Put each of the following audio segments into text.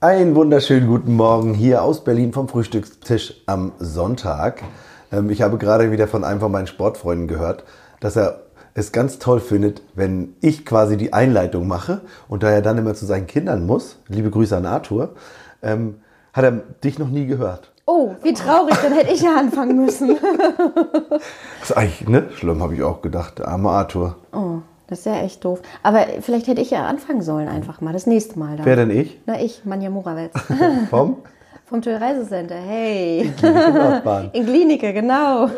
Einen wunderschönen guten Morgen hier aus Berlin vom Frühstückstisch am Sonntag. Ähm, Ich habe gerade wieder von einem von meinen Sportfreunden gehört, dass er es ganz toll findet, wenn ich quasi die Einleitung mache und da er dann immer zu seinen Kindern muss, liebe Grüße an Arthur, ähm, hat er dich noch nie gehört. Oh, wie traurig, dann hätte ich ja anfangen müssen. Das ist eigentlich, ne? Schlimm, habe ich auch gedacht. Der Arme Arthur. Oh, das ist ja echt doof. Aber vielleicht hätte ich ja anfangen sollen einfach mal, das nächste Mal dann. Wer denn ich? Na, ich, Manja Morawetz. Vom? Vom Tourreisecenter, hey. Nordbahn. In Klinike, genau.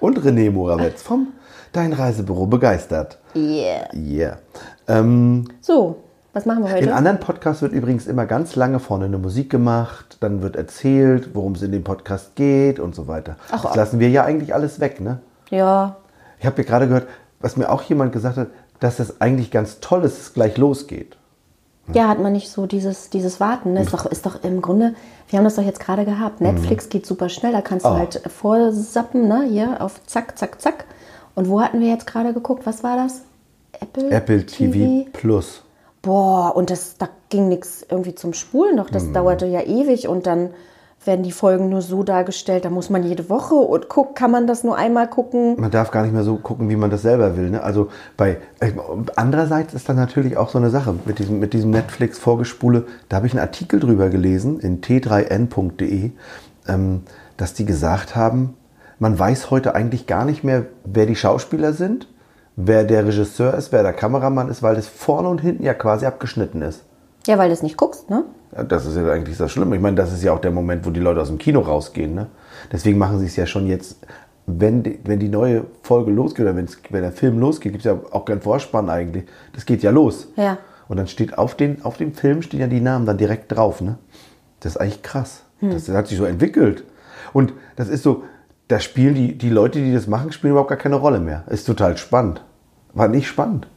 Und René Morawetz vom Dein Reisebüro begeistert. Yeah. Yeah. Ähm, So, was machen wir in heute? anderen Podcasts wird übrigens immer ganz lange vorne eine Musik gemacht, dann wird erzählt, worum es in dem Podcast geht und so weiter. Ach, das ach. lassen wir ja eigentlich alles weg, ne? Ja, Ich habe ja gerade gehört, was mir auch jemand gesagt hat, dass das eigentlich ganz toll ist, dass es gleich losgeht. Ja, hat man nicht so dieses, dieses Warten. Ne? Ist, doch, ist doch im Grunde, wir haben das doch jetzt gerade gehabt. Netflix geht super schnell, da kannst du Mhm. Ah. halt vorsappen, ne? Hier auf zack, zack, zack. Und wo hatten wir jetzt gerade geguckt? Was war das? Apple, Apple TV Plus. Boah, und das, da ging nichts irgendwie zum Spulen noch. Mhm. Das dauerte ja ewig und dann werden die Folgen nur so dargestellt, da muss man jede Woche und guck, kann man das nur einmal gucken. Man darf gar nicht mehr so gucken, wie man das selber will. Ne? Also bei äh, andererseits ist dann natürlich auch so eine Sache mit diesem, mit diesem Netflix-Vorgespule. Da habe ich einen Artikel drüber gelesen in t3n.de, ähm, dass die gesagt haben, man weiß heute eigentlich gar nicht mehr, wer die Schauspieler sind, wer der Regisseur ist, wer der Kameramann ist, weil das vorne und hinten ja quasi abgeschnitten ist. Ja, weil du es nicht guckst, ne? Ja, Das ist ja eigentlich das Schlimme. Ich meine, das ist ja auch der Moment, wo die Leute aus dem Kino rausgehen. Ne? Deswegen machen sie es ja schon jetzt, wenn die, wenn die neue Folge losgeht oder wenn's, wenn der Film losgeht, gibt es ja auch keinen Vorspann eigentlich. Das geht ja los. Ja. Und dann steht auf, den, auf dem Film stehen ja die Namen dann direkt drauf. Ne? Das ist eigentlich krass. Das hat sich so entwickelt. Und das ist so, da spielen die, die Leute, die das machen, spielen überhaupt gar keine Rolle mehr. Ist total spannend. War nicht spannend.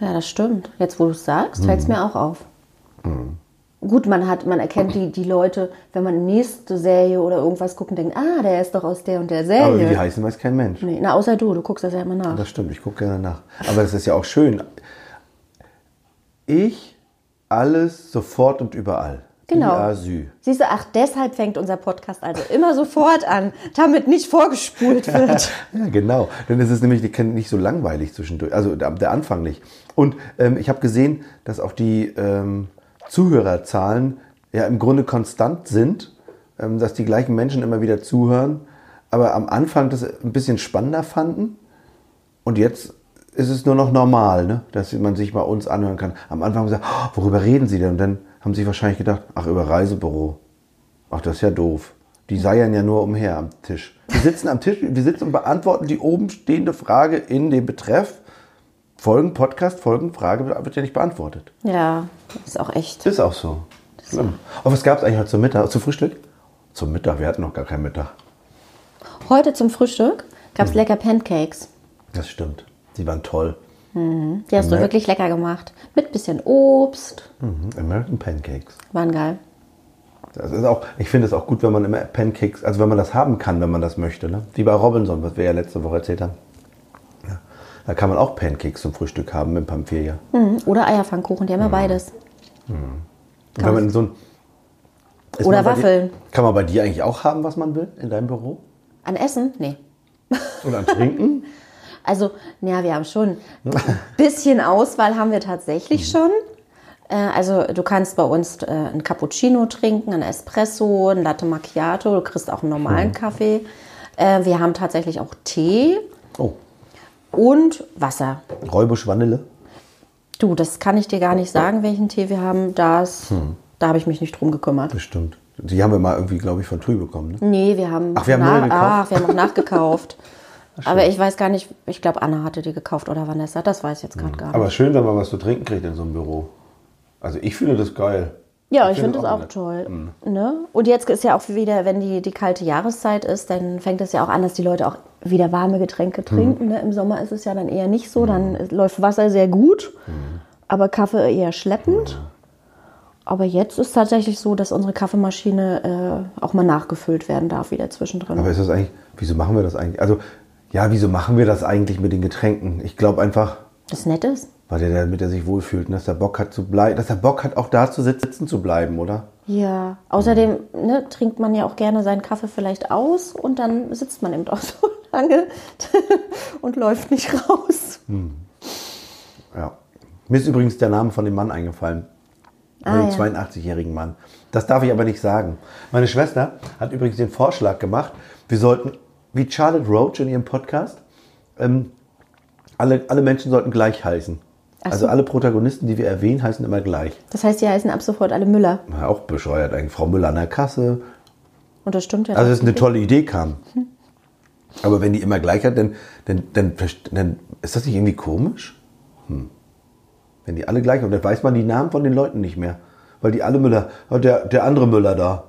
Ja, das stimmt. Jetzt, wo du es sagst, fällt es Mhm. mir auch auf. Gut, man hat, man erkennt die, die Leute, wenn man nächste Serie oder irgendwas guckt und denkt, ah, der ist doch aus der und der Aber wie die Serie. heißen, weiß kein Mensch. nee, na, außer du, du guckst das ja immer nach. Das stimmt, ich gucke gerne nach. Aber das ist ja auch schön. Ich, alles, sofort und überall. Genau. Asü. Siehst du, ach, deshalb fängt unser Podcast also immer sofort an, damit nicht vorgespult wird. Ja, genau. Dann ist es nämlich die kennen nicht so langweilig zwischendurch. Also der der Anfang nicht. Und ähm, ich habe gesehen, dass auch die ähm, Zuhörerzahlen ja im Grunde konstant sind, ähm, dass die gleichen Menschen immer wieder zuhören, aber am Anfang das ein bisschen spannender fanden. Und jetzt ist es nur noch normal, ne? dass man sich mal uns anhören kann. Am Anfang haben sie gesagt, "Oh, worüber reden sie denn? Und dann haben sie wahrscheinlich gedacht, ach, über Reisebüro. Ach, das ist ja doof. Die seiern ja nur umher am Tisch. Wir sitzen am Tisch, wir sitzen und beantworten die oben stehende Frage in dem Betreff. Folgen Podcast, Folgen Frage wird ja nicht beantwortet. ja, ist auch echt. Ist auch so. Schlimm. Aber was gab es eigentlich heute zum Mittag? Zum Frühstück? Zum Mittag, wir hatten noch gar keinen Mittag. Heute zum Frühstück gab es lecker Pancakes. Das stimmt. Die waren toll. Die hast du Ne. wirklich lecker gemacht. Mit bisschen Obst. Mhm. American Pancakes. Waren geil. Das ist auch, ich finde es auch gut, wenn man immer Pancakes, also wenn man das haben kann, wenn man das möchte. Ne? Wie bei Robinson, was wir ja letzte Woche erzählt haben. Ja. Da kann man auch Pancakes zum Frühstück haben im Pamphilia. Mhm. Oder Eierpfannkuchen, die haben ja beides. Und wenn man so ein, Ist Oder man bei dir- Waffeln. kann man bei dir eigentlich auch haben, was man will, in deinem Büro? An Essen? Nee. Und an Trinken? Also, ja, wir haben schon ein bisschen Auswahl haben wir tatsächlich schon. Äh, Also du kannst bei uns äh, ein Cappuccino trinken, ein Espresso, ein Latte Macchiato, du kriegst auch einen normalen Kaffee. Äh, Wir haben tatsächlich auch Tee oh, und Wasser. Räubusch Vanille? Du, das kann ich dir gar nicht sagen, welchen Tee wir haben. Das, Hm. Da habe ich mich nicht drum gekümmert. Bestimmt. Die haben wir mal irgendwie, glaube ich, von Trü bekommen. Ne? Nee, wir haben, Ach, wir haben neue gekauft. Ach, wir haben auch nachgekauft. Aber ich weiß gar nicht, ich glaube, Anna hatte die gekauft oder Vanessa, das weiß ich jetzt gerade gar nicht. Aber schön, wenn man was zu trinken kriegt in so einem Büro. Also ich finde das geil. Ja, ich finde das auch nett. toll. Ne? Und jetzt ist ja auch wieder, wenn die, die kalte Jahreszeit ist, dann fängt es ja auch an, dass die Leute auch wieder warme Getränke trinken. Ne? Im Sommer ist es ja dann eher nicht so. Dann läuft Wasser sehr gut, aber Kaffee eher schleppend. Aber jetzt ist tatsächlich so, dass unsere Kaffeemaschine äh, auch mal nachgefüllt werden darf, wieder zwischendrin. Aber ist das eigentlich, wieso machen wir das eigentlich? Also, ja, wieso machen wir das eigentlich mit den Getränken? Ich glaube einfach, das nett ist. Weil der, damit er sich wohlfühlt und dass der Bock hat zu bleiben, dass der Bock hat, auch da zu sit- sitzen zu bleiben, oder? Ja, außerdem ne, trinkt man ja auch gerne seinen Kaffee vielleicht aus und dann sitzt man eben auch so lange und läuft nicht raus. Ja. Mir ist übrigens der Name von dem Mann eingefallen. Ah, von dem ja. 82-jährigen Mann. Das darf ich aber nicht sagen. Meine Schwester hat übrigens den Vorschlag gemacht, wir sollten, wie Charlotte Roach in ihrem Podcast, ähm, alle, alle Menschen sollten gleich heißen. Ach Also so. alle Protagonisten, die wir erwähnen, heißen immer gleich. Das heißt, die heißen ab sofort alle Müller. Na, auch bescheuert eigentlich. Frau Müller an der Kasse. Und das stimmt ja. Also es nicht. ist eine tolle Idee kam. Aber wenn die immer gleich hat, dann, dann, dann, verst- dann ist das nicht irgendwie komisch? Hm. Wenn die alle gleich haben, dann weiß man die Namen von den Leuten nicht mehr. Weil die alle Müller, oh, der, der andere Müller da.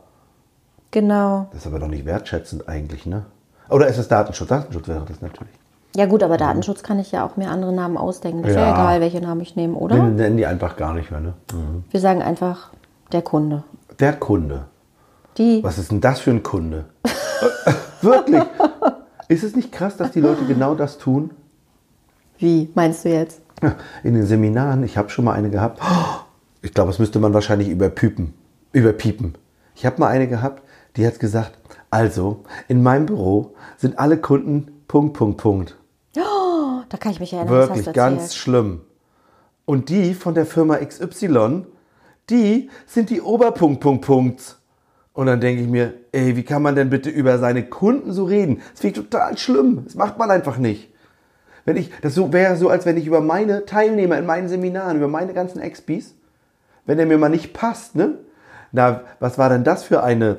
Genau. Das ist aber doch nicht wertschätzend eigentlich, ne? Oder ist das Datenschutz? Datenschutz wäre das natürlich. Ja gut, aber Datenschutz kann ich ja auch mir andere Namen ausdenken. Das ist ja Ja. Hm. egal, welche Namen ich nehme, oder? Wir nennen die einfach gar nicht mehr, ne? Wir sagen einfach der Kunde. Der Kunde. Die. Was ist denn das für ein Kunde? Wirklich? Ist es nicht krass, dass die Leute genau das tun? Wie meinst du jetzt? In den Seminaren, ich habe schon mal eine gehabt. Ich glaube, das müsste man wahrscheinlich überpiepen. Überpiepen. Ich habe mal eine gehabt, die hat gesagt, also, in meinem Büro sind alle Kunden Punkt, Punkt, Punkt. Oh, da kann ich mich erinnern. das hast Wirklich du ganz erzählt. schlimm. Und die von der Firma XY, die sind die Oberpunkt, Punkt, Punkt. Und dann denke ich mir, ey, wie kann man denn bitte über seine Kunden so reden? Das finde ich total schlimm. Das macht man einfach nicht. Wenn ich, das so, wäre so, als wenn ich über meine Teilnehmer in meinen Seminaren, über meine ganzen Expis, wenn der mir mal nicht passt, ne? Na, was war denn das für eine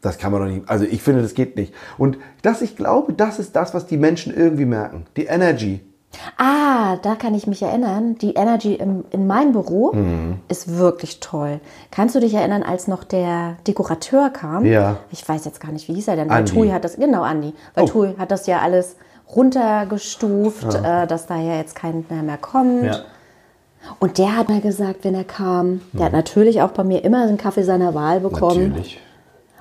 das kann man doch nicht. Also ich finde, das geht nicht. Und das, ich glaube, das ist das, was die Menschen irgendwie merken. Die Energy. Ah, da kann ich mich erinnern. Die Energy im, in meinem Büro Mhm. ist wirklich toll. Kannst du dich erinnern, als noch der Dekorateur kam? Ja. Ich weiß jetzt gar nicht, wie hieß er denn? Weil Andi. Tui hat das, genau, Andi. Weil Oh. Tui hat das ja alles runtergestuft, Ah. äh, dass da ja jetzt keiner mehr kommt. Und der hat mir gesagt, wenn er kam, der hat Mhm. natürlich auch bei mir immer einen Kaffee seiner Wahl bekommen.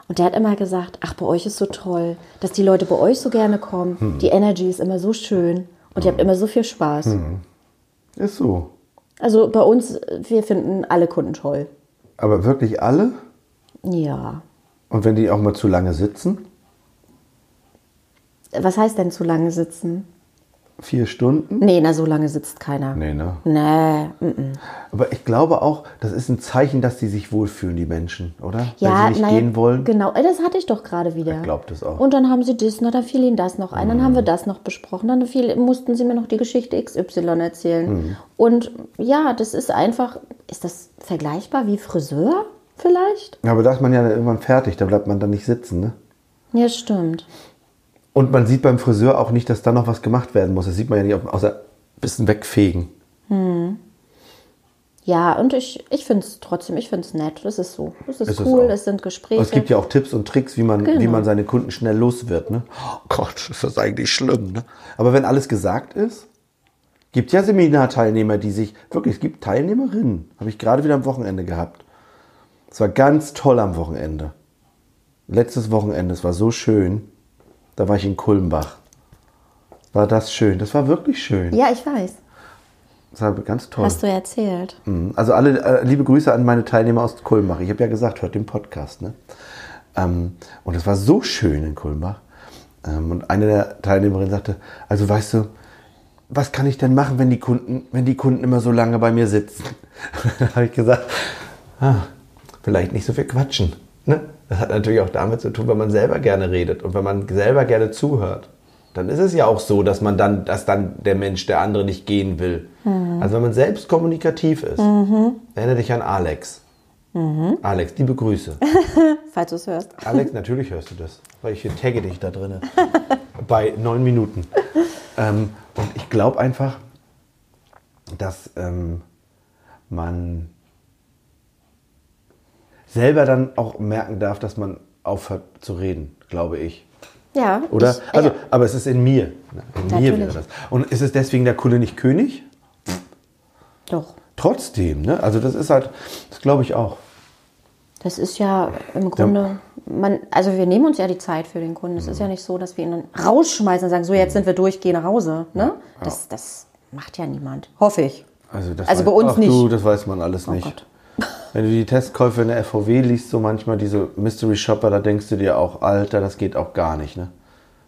Und der hat immer gesagt, ach, bei euch ist so toll, dass die Leute bei euch so gerne kommen. Hm. Die Energy ist immer so schön und ihr habt immer so viel Spaß. Ist so. Also bei uns, wir finden alle Kunden toll. Aber wirklich alle? Ja. Und wenn die auch mal zu lange sitzen? Was heißt denn zu lange sitzen? Vier Stunden? Nee, na, so lange sitzt keiner. Nee, ne? Nee, mm, mm. Aber ich glaube auch, das ist ein Zeichen, dass die sich wohlfühlen, die Menschen, oder? Ja, wenn sie nicht naja, gehen wollen. Genau, Äh, das hatte ich doch gerade wieder. Ich glaub das auch. Mhm. Und dann haben sie das noch, dann fiel ihnen das noch ein, dann haben wir das noch besprochen, dann fiel, mussten sie mir noch die Geschichte XY erzählen. Mhm. Und ja, das ist einfach, ist das vergleichbar wie Friseur vielleicht? Aber da ist man ja dann irgendwann fertig, da bleibt man dann nicht sitzen, ne? Ja, stimmt. Und man sieht beim Friseur auch nicht, dass da noch was gemacht werden muss. Das sieht man ja nicht, auf- außer ein bisschen wegfegen. Ja, und ich, ich finde es trotzdem, ich finde es nett, das ist so. Das ist Ist es cool, auch. es sind Gespräche. Aber es gibt ja auch Tipps und Tricks, wie man, wie Genau. man seine Kunden schnell los wird. Ne? Oh Gott, ist das eigentlich schlimm. Ne? Aber wenn alles gesagt ist, gibt ja Seminarteilnehmer, die sich, wirklich, es gibt Teilnehmerinnen, habe ich gerade wieder am Wochenende gehabt. Es war ganz toll am Wochenende. Letztes Wochenende, es war so schön. Da war ich in Kulmbach. War das schön? Das war wirklich schön. ja, ich weiß. Das war ganz toll. Hast du ja erzählt. Mhm. Also alle äh, liebe Grüße an meine Teilnehmer aus Kulmbach. Ich habe ja gesagt, hört den Podcast. Ne? Ähm, und es war so schön in Kulmbach. Ähm, und eine der Teilnehmerinnen sagte, also weißt du, was kann ich denn machen, wenn die Kunden, wenn die Kunden immer so lange bei mir sitzen? Dann habe ich gesagt, ah, vielleicht nicht so viel quatschen. Ne? Das hat natürlich auch damit zu tun, wenn man selber gerne redet und wenn man selber gerne zuhört. Dann ist es ja auch so, dass man dann, dass dann der Mensch, der andere nicht gehen will. Also wenn man selbst kommunikativ ist, erinnere dich an Alex. Alex, liebe Grüße. Falls du es hörst. Alex, natürlich hörst du das, weil ich tagge dich da drinne bei neun Minuten. Ähm, und ich glaube einfach, dass ähm, man selber dann auch merken darf, dass man aufhört zu reden, glaube ich. Ja. Oder? Ich, also, ja. aber es ist in mir. In mir wäre Natürlich. das. Und ist es deswegen der Kunde nicht König? Doch. Trotzdem, ne? Also das ist halt, das glaube ich auch. Das ist ja im Grunde, man, also wir nehmen uns ja die Zeit für Hm. den Kunden. Es ist ja nicht so, dass wir ihn dann rausschmeißen und sagen, so jetzt sind wir durch, geh nach Hause. Ne? Das, das Macht ja niemand. Hoffe ich. Also, das Also weiß, bei uns ach, Du, nicht. Oh das weiß man alles nicht. Gott. Wenn du die Testkäufe in der FVW liest, so manchmal diese Mystery Shopper, da denkst du dir auch, Alter, das geht auch gar nicht, ne?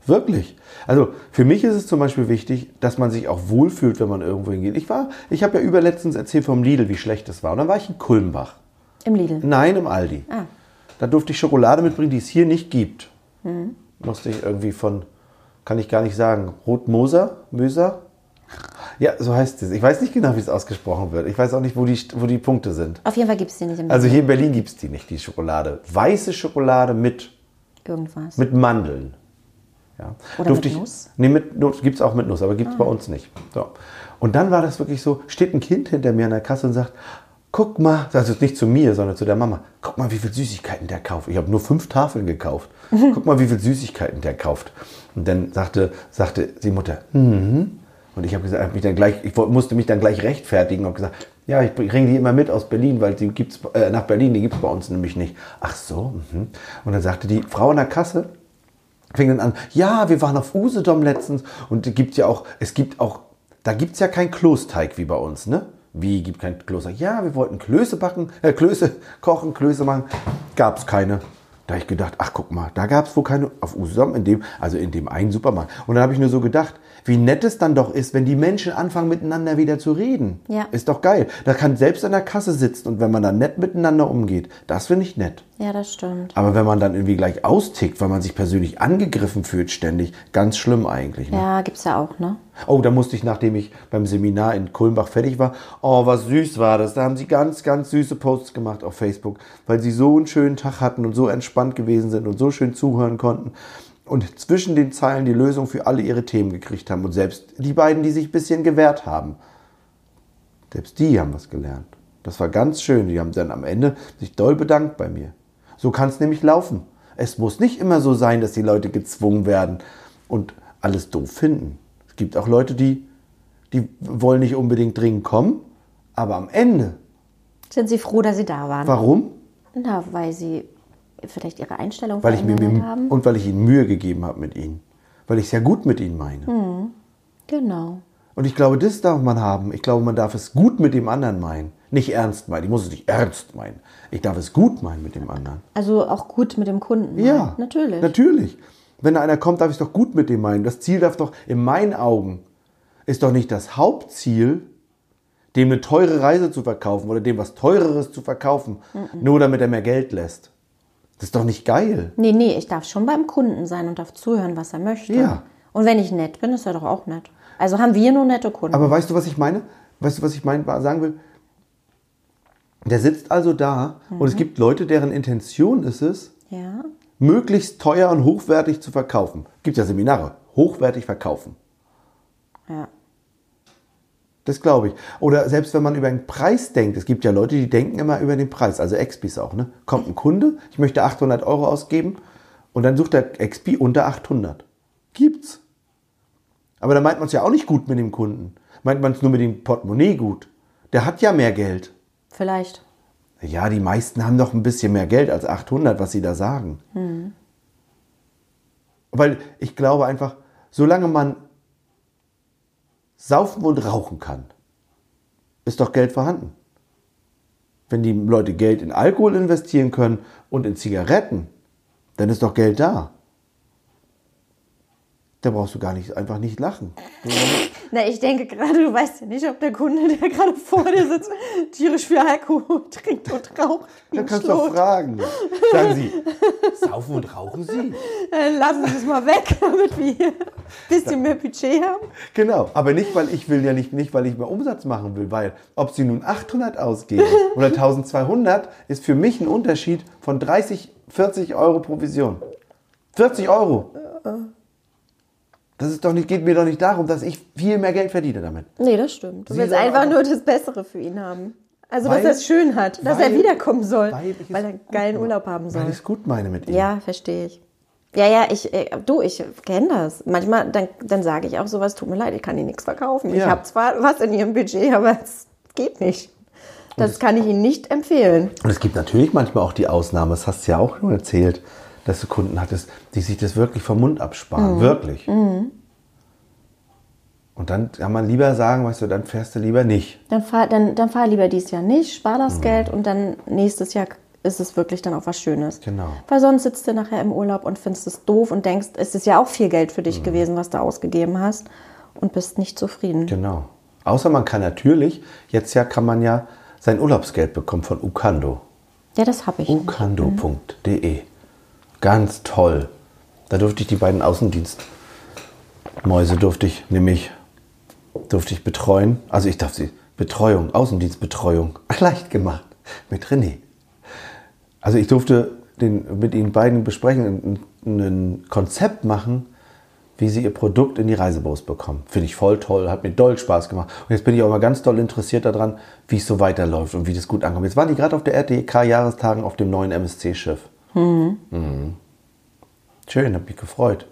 Wirklich. Also für mich ist es zum Beispiel wichtig, dass man sich auch wohlfühlt, wenn man irgendwo hingeht. Ich war, ich habe ja überletztens erzählt vom Lidl, wie schlecht es war. Und dann war ich in Kulmbach. Im Lidl. Nein, im Aldi. Ah. Da durfte ich Schokolade mitbringen, die es hier nicht gibt. Musste ich irgendwie von, kann ich gar nicht sagen, Rotmoser, Möser? Ja, so heißt es. Ich weiß nicht genau, wie es ausgesprochen wird. Ich weiß auch nicht, wo die, wo die Punkte sind. Auf jeden Fall gibt es den nicht im Also hier in Berlin gibt es die nicht, die Schokolade. Weiße Schokolade mit, Irgendwas. mit Mandeln. Ja. Oder mit ich, Nuss? Ah. Nee, mit Nuss gibt es auch mit Nuss, aber gibt es bei uns nicht. So. Und dann war das wirklich so, steht ein Kind hinter mir an der Kasse und sagt, guck mal, also nicht zu mir, sondern zu der Mama, guck mal, wie viel Süßigkeiten der kauft. Ich habe nur fünf Tafeln gekauft. Guck mal, wie viel Süßigkeiten der kauft. Und dann sagte, sagte die Mutter, mhm. Und ich habe gesagt, hab mich dann gleich, ich woll- musste mich dann gleich rechtfertigen und habe gesagt, ja, ich bringe die immer mit aus Berlin, weil die gibt's äh, nach Berlin, die gibt es bei uns nämlich nicht. Ach so. Mhm. Und dann sagte die Frau an der Kasse, fing dann an, ja, wir waren auf Usedom letztens und es gibt ja auch, es gibt auch, da gibt es ja keinen Klosteig wie bei uns, ne? Wie gibt kein Klosteig? Ja, wir wollten Klöße backen, äh, Klöße kochen, Klöße machen. Gab es keine. Da hab ich gedacht, ach guck mal, da gab es wohl keine auf Usedom, in dem, also in dem einen Supermarkt. Und dann habe ich nur so gedacht, wie nett es dann doch ist, wenn die Menschen anfangen miteinander wieder zu reden. Ja. Ist doch geil. Da kann selbst an der Kasse sitzen und wenn man dann nett miteinander umgeht, das finde ich nett. Ja, das stimmt. Aber wenn man dann irgendwie gleich austickt, weil man sich persönlich angegriffen fühlt ständig, ganz schlimm eigentlich. Ne? Ja, gibt's ja auch, ne? Oh, da musste ich, nachdem ich beim Seminar in Kulmbach fertig war, oh, was süß war das. Da haben sie ganz, ganz süße Posts gemacht auf Facebook, weil sie so einen schönen Tag hatten und so entspannt gewesen sind und so schön zuhören konnten und zwischen den Zeilen die Lösung für alle ihre Themen gekriegt haben. Und selbst die beiden, die sich ein bisschen gewehrt haben, selbst die haben was gelernt. Das war ganz schön. Die haben dann am Ende sich doll bedankt bei mir. So kann es nämlich laufen. Es muss nicht immer so sein, dass die Leute gezwungen werden und alles doof finden. Es gibt auch Leute, die, die wollen nicht unbedingt dringend kommen, aber am Ende, Sind Sie froh, dass Sie da waren? warum? Na, weil Sie vielleicht Ihre Einstellung Weil ich mir, verändert mir haben. und weil ich ihnen Mühe gegeben habe mit ihnen. Weil ich es ja gut mit ihnen meine. Genau. Und ich glaube, das darf man haben. Ich glaube, man darf es gut mit dem anderen meinen. Nicht ernst meinen. Ich muss es nicht ernst meinen. Ich darf es gut meinen mit dem anderen. Also auch gut mit dem Kunden. ne? Ja. Natürlich. Natürlich. Wenn da einer kommt, darf ich es doch gut mit dem meinen. Das Ziel darf doch in meinen Augen ist doch nicht das Hauptziel, dem eine teure Reise zu verkaufen oder dem was teureres zu verkaufen, nur damit er mehr Geld lässt. Das ist doch nicht geil. Nee, nee, ich darf schon beim Kunden sein und darf zuhören, was er möchte. Ja. Und wenn ich nett bin, ist er doch auch nett. Also haben wir nur nette Kunden. Aber weißt du, was ich meine? Weißt du, was ich mein, sagen will? Der sitzt also da und es gibt Leute, deren Intention ist es, ja. möglichst teuer und hochwertig zu verkaufen. Gibt ja Seminare, hochwertig verkaufen. Ja. Das glaube ich. Oder selbst wenn man über den Preis denkt, es gibt ja Leute, die denken immer über den Preis, also XPs auch. Ne? Kommt ein Kunde, ich möchte 800 Euro ausgeben und dann sucht er XP unter 800. Gibt's. Aber da meint man es ja auch nicht gut mit dem Kunden. Meint man es nur mit dem Portemonnaie gut. Der hat ja mehr Geld. Vielleicht. Ja, die meisten haben doch ein bisschen mehr Geld als 800, was sie da sagen. Weil ich glaube einfach, solange man saufen und rauchen kann, ist doch Geld vorhanden. Wenn die Leute Geld in Alkohol investieren können und in Zigaretten, dann ist doch Geld da. Da brauchst du gar nicht einfach nicht lachen. Na, ich denke gerade, du weißt ja nicht, ob der Kunde, der gerade vor dir sitzt, tierisch viel Alkohol trinkt und raucht. Da kannst du auch fragen. Sagen Sie, saufen und rauchen Sie? Äh, lassen Sie es mal weg, damit wir hier ein bisschen mehr Budget haben. Genau, aber nicht, weil ich will ja nicht, nicht, weil ich mehr Umsatz machen will, weil ob sie nun 800 ausgeben oder 1200 ist für mich ein Unterschied von 30, 40 Euro Provision. 40 Euro. Das ist doch nicht, geht mir doch nicht darum, dass ich viel mehr Geld verdiene damit. Nee, das stimmt. Du Sie willst sollen einfach auch- nur das Bessere für ihn haben. Also, Weil- dass er es schön hat, dass weil- er wiederkommen soll, weil ich es weil er gut geilen mache. Urlaub haben soll. Weil ich es gut meine mit ihm. Ja, verstehe ich. Ja, ja, ich, äh, du, ich kenne das. Manchmal, dann, dann sage ich auch sowas, tut mir leid, ich kann Ihnen nichts verkaufen. Ich Ja. habe zwar was in Ihrem Budget, aber es geht nicht. Das kann ich Ihnen nicht empfehlen. Und es gibt natürlich manchmal auch die Ausnahme, das hast du ja auch schon erzählt, dass du Kunden hattest, die sich das wirklich vom Mund absparen. Wirklich. Und dann kann man lieber sagen, weißt du, dann fährst du lieber nicht. Dann fahr, dann, dann fahr lieber dieses Jahr nicht, spar Mhm. das Geld und dann nächstes Jahr ist es wirklich dann auch was Schönes. Genau. Weil sonst sitzt du nachher im Urlaub und findest es doof und denkst, es ist ja auch viel Geld für dich Mhm. gewesen, was du ausgegeben hast und bist nicht zufrieden. Genau. Außer man kann natürlich, jetzt ja kann man ja sein Urlaubsgeld bekommen von Ukando. Ja, das habe ich. Oh. Ukando.de. E. Ganz toll. Da durfte ich die beiden Außendienstmäuse durfte ich nämlich durfte ich betreuen. Also ich darf sie Betreuung, Außendienstbetreuung. Leicht gemacht mit René. Also ich durfte den, mit ihnen beiden besprechen, ein, ein Konzept machen, wie sie ihr Produkt in die Reisebus bekommen. Finde ich voll toll, hat mir doll Spaß gemacht. Und jetzt bin ich auch mal ganz doll interessiert daran, wie es so weiterläuft und wie das gut ankommt. Jetzt waren die gerade auf der RDK-Jahrestagen auf dem neuen MSC-Schiff. Mhm. Schön, hat mich gefreut.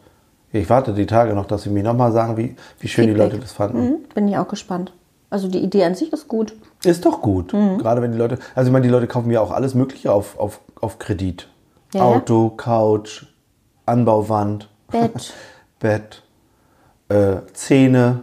Ich warte die Tage noch, dass sie mir nochmal sagen, wie, wie schön die Feedback. Leute das fanden. Mhm, bin ich auch gespannt. Also die Idee an sich ist gut. Ist doch gut. Mhm. Gerade wenn die Leute, also ich meine, die Leute kaufen ja auch alles Mögliche auf, auf, auf Kredit. Ja, ja. Auto, Couch, Anbauwand, Bett. Bett, äh, Zähne.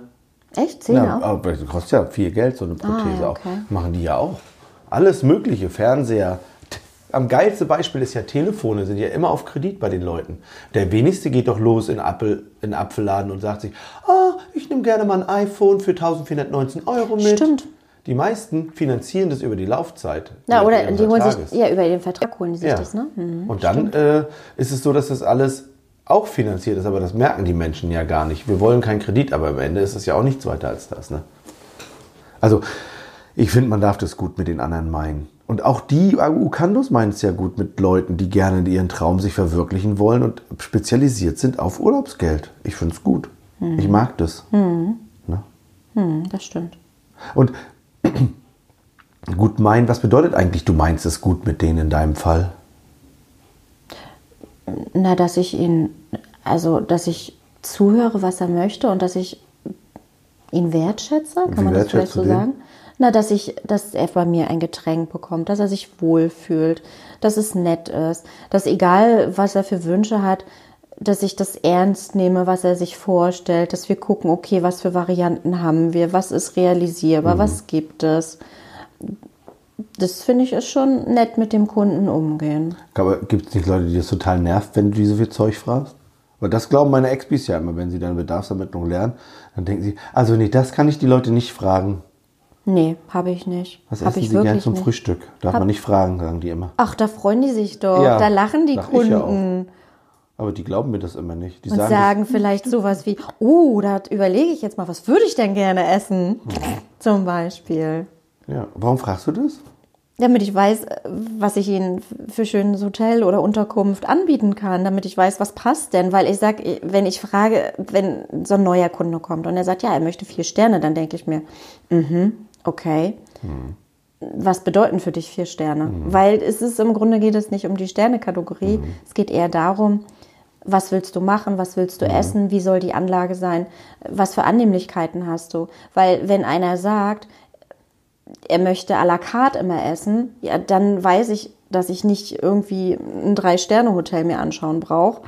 Echt? Zehner? Ja, aber das kostet ja viel Geld, so eine Prothese ja, Ah, okay. auch. Machen die ja auch. Alles Mögliche, Fernseher. T- Am geilste Beispiel ist ja Telefone, sind ja immer auf Kredit bei den Leuten. Der wenigste geht doch los in Apple, in Apfelladen und sagt sich, ah, ich nehme gerne mal ein iPhone für 1419 Euro mit. Stimmt. Die meisten finanzieren das über die Laufzeit. Na, ihres- oder ihres die holen sich, Vertrages. ja, über den Vertrag holen die sich Ja. das, ne? Mhm. Und dann äh, ist es so, dass das alles auch finanziert ist, aber das merken die Menschen ja gar nicht. Wir wollen keinen Kredit, aber am Ende ist es ja auch nichts weiter als das. Ne? Also, ich finde, man darf das gut mit den anderen meinen. Und auch die äh, Ukandos meinen es ja gut mit Leuten, die gerne ihren Traum sich verwirklichen wollen und spezialisiert sind auf Urlaubsgeld. Ich finde es gut. Mhm. Ich mag das. Ne? Hm, das stimmt. Und gut meinen, was bedeutet eigentlich, du meinst es gut mit denen in deinem Fall? Na, dass ich ihn, also dass ich zuhöre, was er möchte und dass ich ihn wertschätze, kann Wie man das vielleicht wertschätzt so du den? sagen? Na, dass ich, dass er bei mir ein Getränk bekommt, dass er sich wohlfühlt, dass es nett ist, dass egal was er für Wünsche hat, dass ich das ernst nehme, was er sich vorstellt, dass wir gucken, okay, was für Varianten haben wir, was ist realisierbar, Mhm. was gibt es. Das finde ich ist schon nett mit dem Kunden umgehen. Aber gibt es nicht Leute, die das total nervt, wenn du die so viel Zeug fragst? Weil das glauben meine Ex-Bis ja immer, wenn sie dann Bedarfsermittlung lernen. Dann denken sie, also nee, das kann ich die Leute nicht fragen. Nee, habe ich nicht. Was hab essen ich sie gern zum nicht. Frühstück? Darf Hab- man nicht fragen, sagen die immer. Ach, da freuen die sich doch. Ja, da lachen die lach ich ja auch. Kunden Aber die glauben mir das immer nicht. Die und sagen, sagen vielleicht sowas wie, oh, da überlege ich jetzt mal, was würde ich denn gerne essen? Mhm. Zum Beispiel. das- ja, warum fragst du das? Damit ich weiß, äh, was ich ihnen für schönes Hotel oder Unterkunft anbieten kann, damit ich weiß, was passt denn. Weil ich sag, wenn ich frage, wenn so ein neuer Kunde kommt und er sagt, ja, er möchte vier Sterne, dann denke ich mir, mhm, okay. Was bedeuten für dich vier Sterne? Mhm. Weil es ist im Grunde geht es nicht um die Sterne-Kategorie. Es geht eher darum, was willst du machen, was willst du Mhm. essen, wie soll die Anlage sein, was für Annehmlichkeiten hast du. Weil wenn einer sagt, er möchte à la carte immer essen, ja, dann weiß ich, dass ich nicht irgendwie ein Drei-Sterne-Hotel mir anschauen brauche.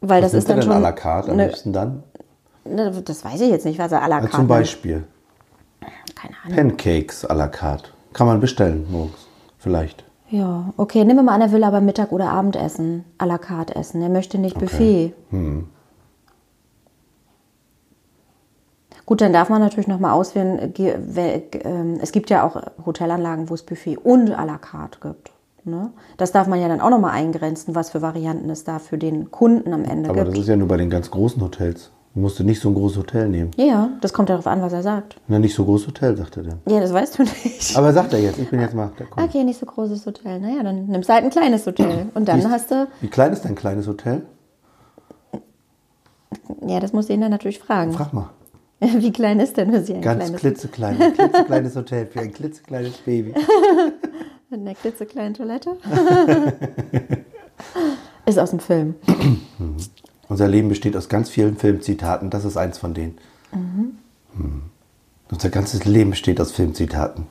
Weil das Mhm. Sind ist dann denn schon. à la carte am eine- liebsten dann? ne, das weiß ich jetzt nicht, was er à la Also carte. zum Beispiel Keine Ahnung. Pancakes à la carte. Kann man bestellen morgens. Vielleicht. Ja, okay. Nehmen wir mal an, er will aber Mittag oder Abendessen à la carte essen. Er möchte nicht Buffet. Hm. Gut, dann darf man natürlich nochmal auswählen. äh, ge- wel- g- ähm, Es gibt ja auch Hotelanlagen, wo es Buffet und à la carte gibt. Ne? Das darf man ja dann auch nochmal eingrenzen, was für Varianten es da für den Kunden am Ende Aber das gibt. ist ja nur bei den ganz großen Hotels. Du musst du nicht so ein großes Hotel nehmen. ja, das kommt darauf an, was er sagt. Na, nicht so großes Hotel, sagt er dann. Ja, das weißt du nicht. Aber sagt er jetzt, ich bin jetzt mal. Der Okay, nicht so großes Hotel. Naja, dann nimmst du halt ein kleines Hotel. Und Wie dann ist- hast du, Wie klein ist dein kleines Hotel? ja, das musst du ihn dann natürlich fragen. Frag mal. Wie klein ist denn für Sie ein Ganz kleines klitzeklein, ein klitzekleines Hotel für ein klitzekleines Baby. mit einer klitzekleinen Toilette? ist aus dem Film. Unser Leben besteht aus ganz vielen Filmzitaten. Das ist eins von denen. Mhm. Hm. Unser ganzes Leben besteht aus Filmzitaten.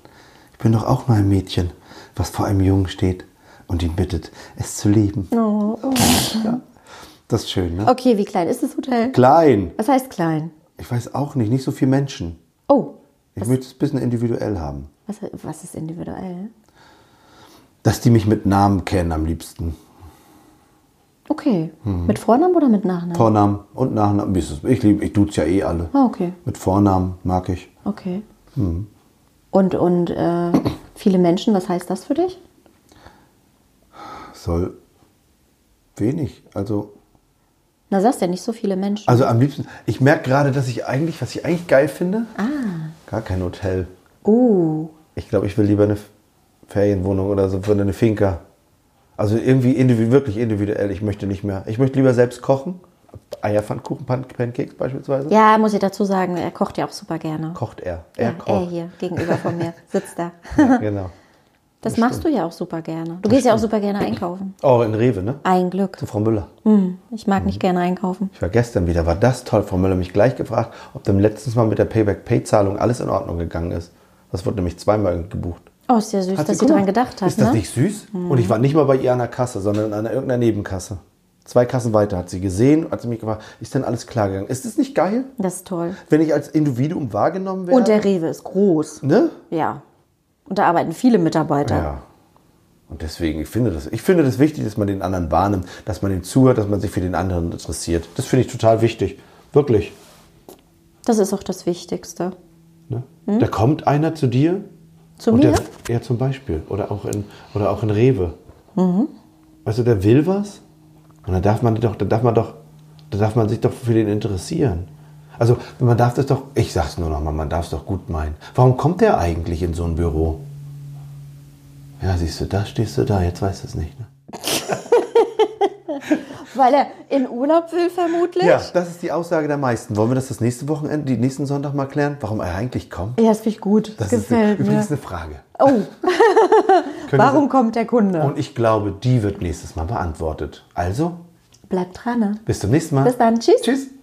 Ich bin doch auch nur ein Mädchen, was vor einem Jungen steht und ihn bittet, es zu lieben. Oh. Ja. Das ist schön, ne? Okay, wie klein ist das Hotel? Klein. Was heißt klein? Ich weiß auch nicht, nicht so viele Menschen. Oh, Ich möchte es ein bisschen individuell haben. was, was ist individuell? Dass die mich mit Namen kennen am liebsten. Okay. Mhm. Mit Vornamen oder mit Nachnamen? Vornamen und Nachnamen. Mir ist es- Ich liebe, ich duze ja eh alle. Ah, okay. Mit Vornamen mag ich. Okay. Mhm. Und, und äh, viele Menschen, was heißt das für dich? Soll wenig. Also, Na, sagst ja nicht so viele Menschen. also am liebsten. Ich merke gerade, dass ich eigentlich, was ich eigentlich geil finde, Ah. gar kein Hotel. Oh, Ich glaube, ich will lieber eine F- Ferienwohnung oder so, oder eine Finca. Also irgendwie individu wirklich individuell. Ich möchte nicht mehr. Ich möchte lieber selbst kochen. Eierpfannkuchen, Pan Pancakes beispielsweise. ja, muss ich dazu sagen, er kocht ja auch super gerne. Kocht er. ja, Er kocht. er hier gegenüber von mir sitzt da. Ja, genau. Das, machst du ja auch super gerne. Du gehst ja auch super gerne einkaufen. Oh, in Rewe, ne? Ein Glück. Zu Frau Müller. Hm, ich mag Mhm. nicht gerne einkaufen. Ich war gestern wieder, war das toll. Frau Müller hat mich gleich gefragt, ob dem letztens Mal mit der Payback-Pay-Zahlung alles in Ordnung gegangen ist. Das wurde nämlich zweimal gebucht. Oh, ist ja süß, dass sie guck mal, daran gedacht hat. Ist das ne? nicht süß? Und ich war nicht mal bei ihr an der Kasse, sondern an irgendeiner Nebenkasse. Zwei Kassen weiter hat sie gesehen, hat sie mich gefragt, ist denn alles klar gegangen? Ist das nicht geil, Das ist toll. wenn ich als Individuum wahrgenommen werde? Und der Rewe ist groß. ne? Ja. Und da arbeiten viele Mitarbeiter. Ja. Und deswegen, ich finde das, ich finde das wichtig, dass man den anderen wahrnimmt, dass man ihm zuhört, dass man sich für den anderen interessiert. Das finde ich total wichtig. Wirklich. Das ist auch das Wichtigste. Ne? Hm? Da kommt einer zu dir. Zu und mir? Der, ja, zum Beispiel. Oder auch in, oder auch in Rewe. Mhm. Weißt du, der will was. Und dann darf man die doch, dann darf man doch, dann darf man sich doch für den interessieren. Also man darf das doch, ich sag's nur nochmal, man darf es doch gut meinen. Warum kommt der eigentlich in so ein Büro? Ja, siehst du, da stehst du da, jetzt weißt du es nicht. Ne? Weil er in Urlaub will, vermutlich. Ja, das ist die Aussage der meisten. Wollen wir das das nächste Wochenende, die nächsten Sonntag mal klären? Warum er eigentlich kommt? Ja, das finde ich gut. Das Das gefällt ist eine, übrigens mir. eine Frage. Oh, Können wir- warum kommt der Kunde? Und ich glaube, die wird nächstes Mal beantwortet. Also, Bleibt dran. Ne? bis zum nächsten Mal. Bis dann. Tschüss. Tschüss.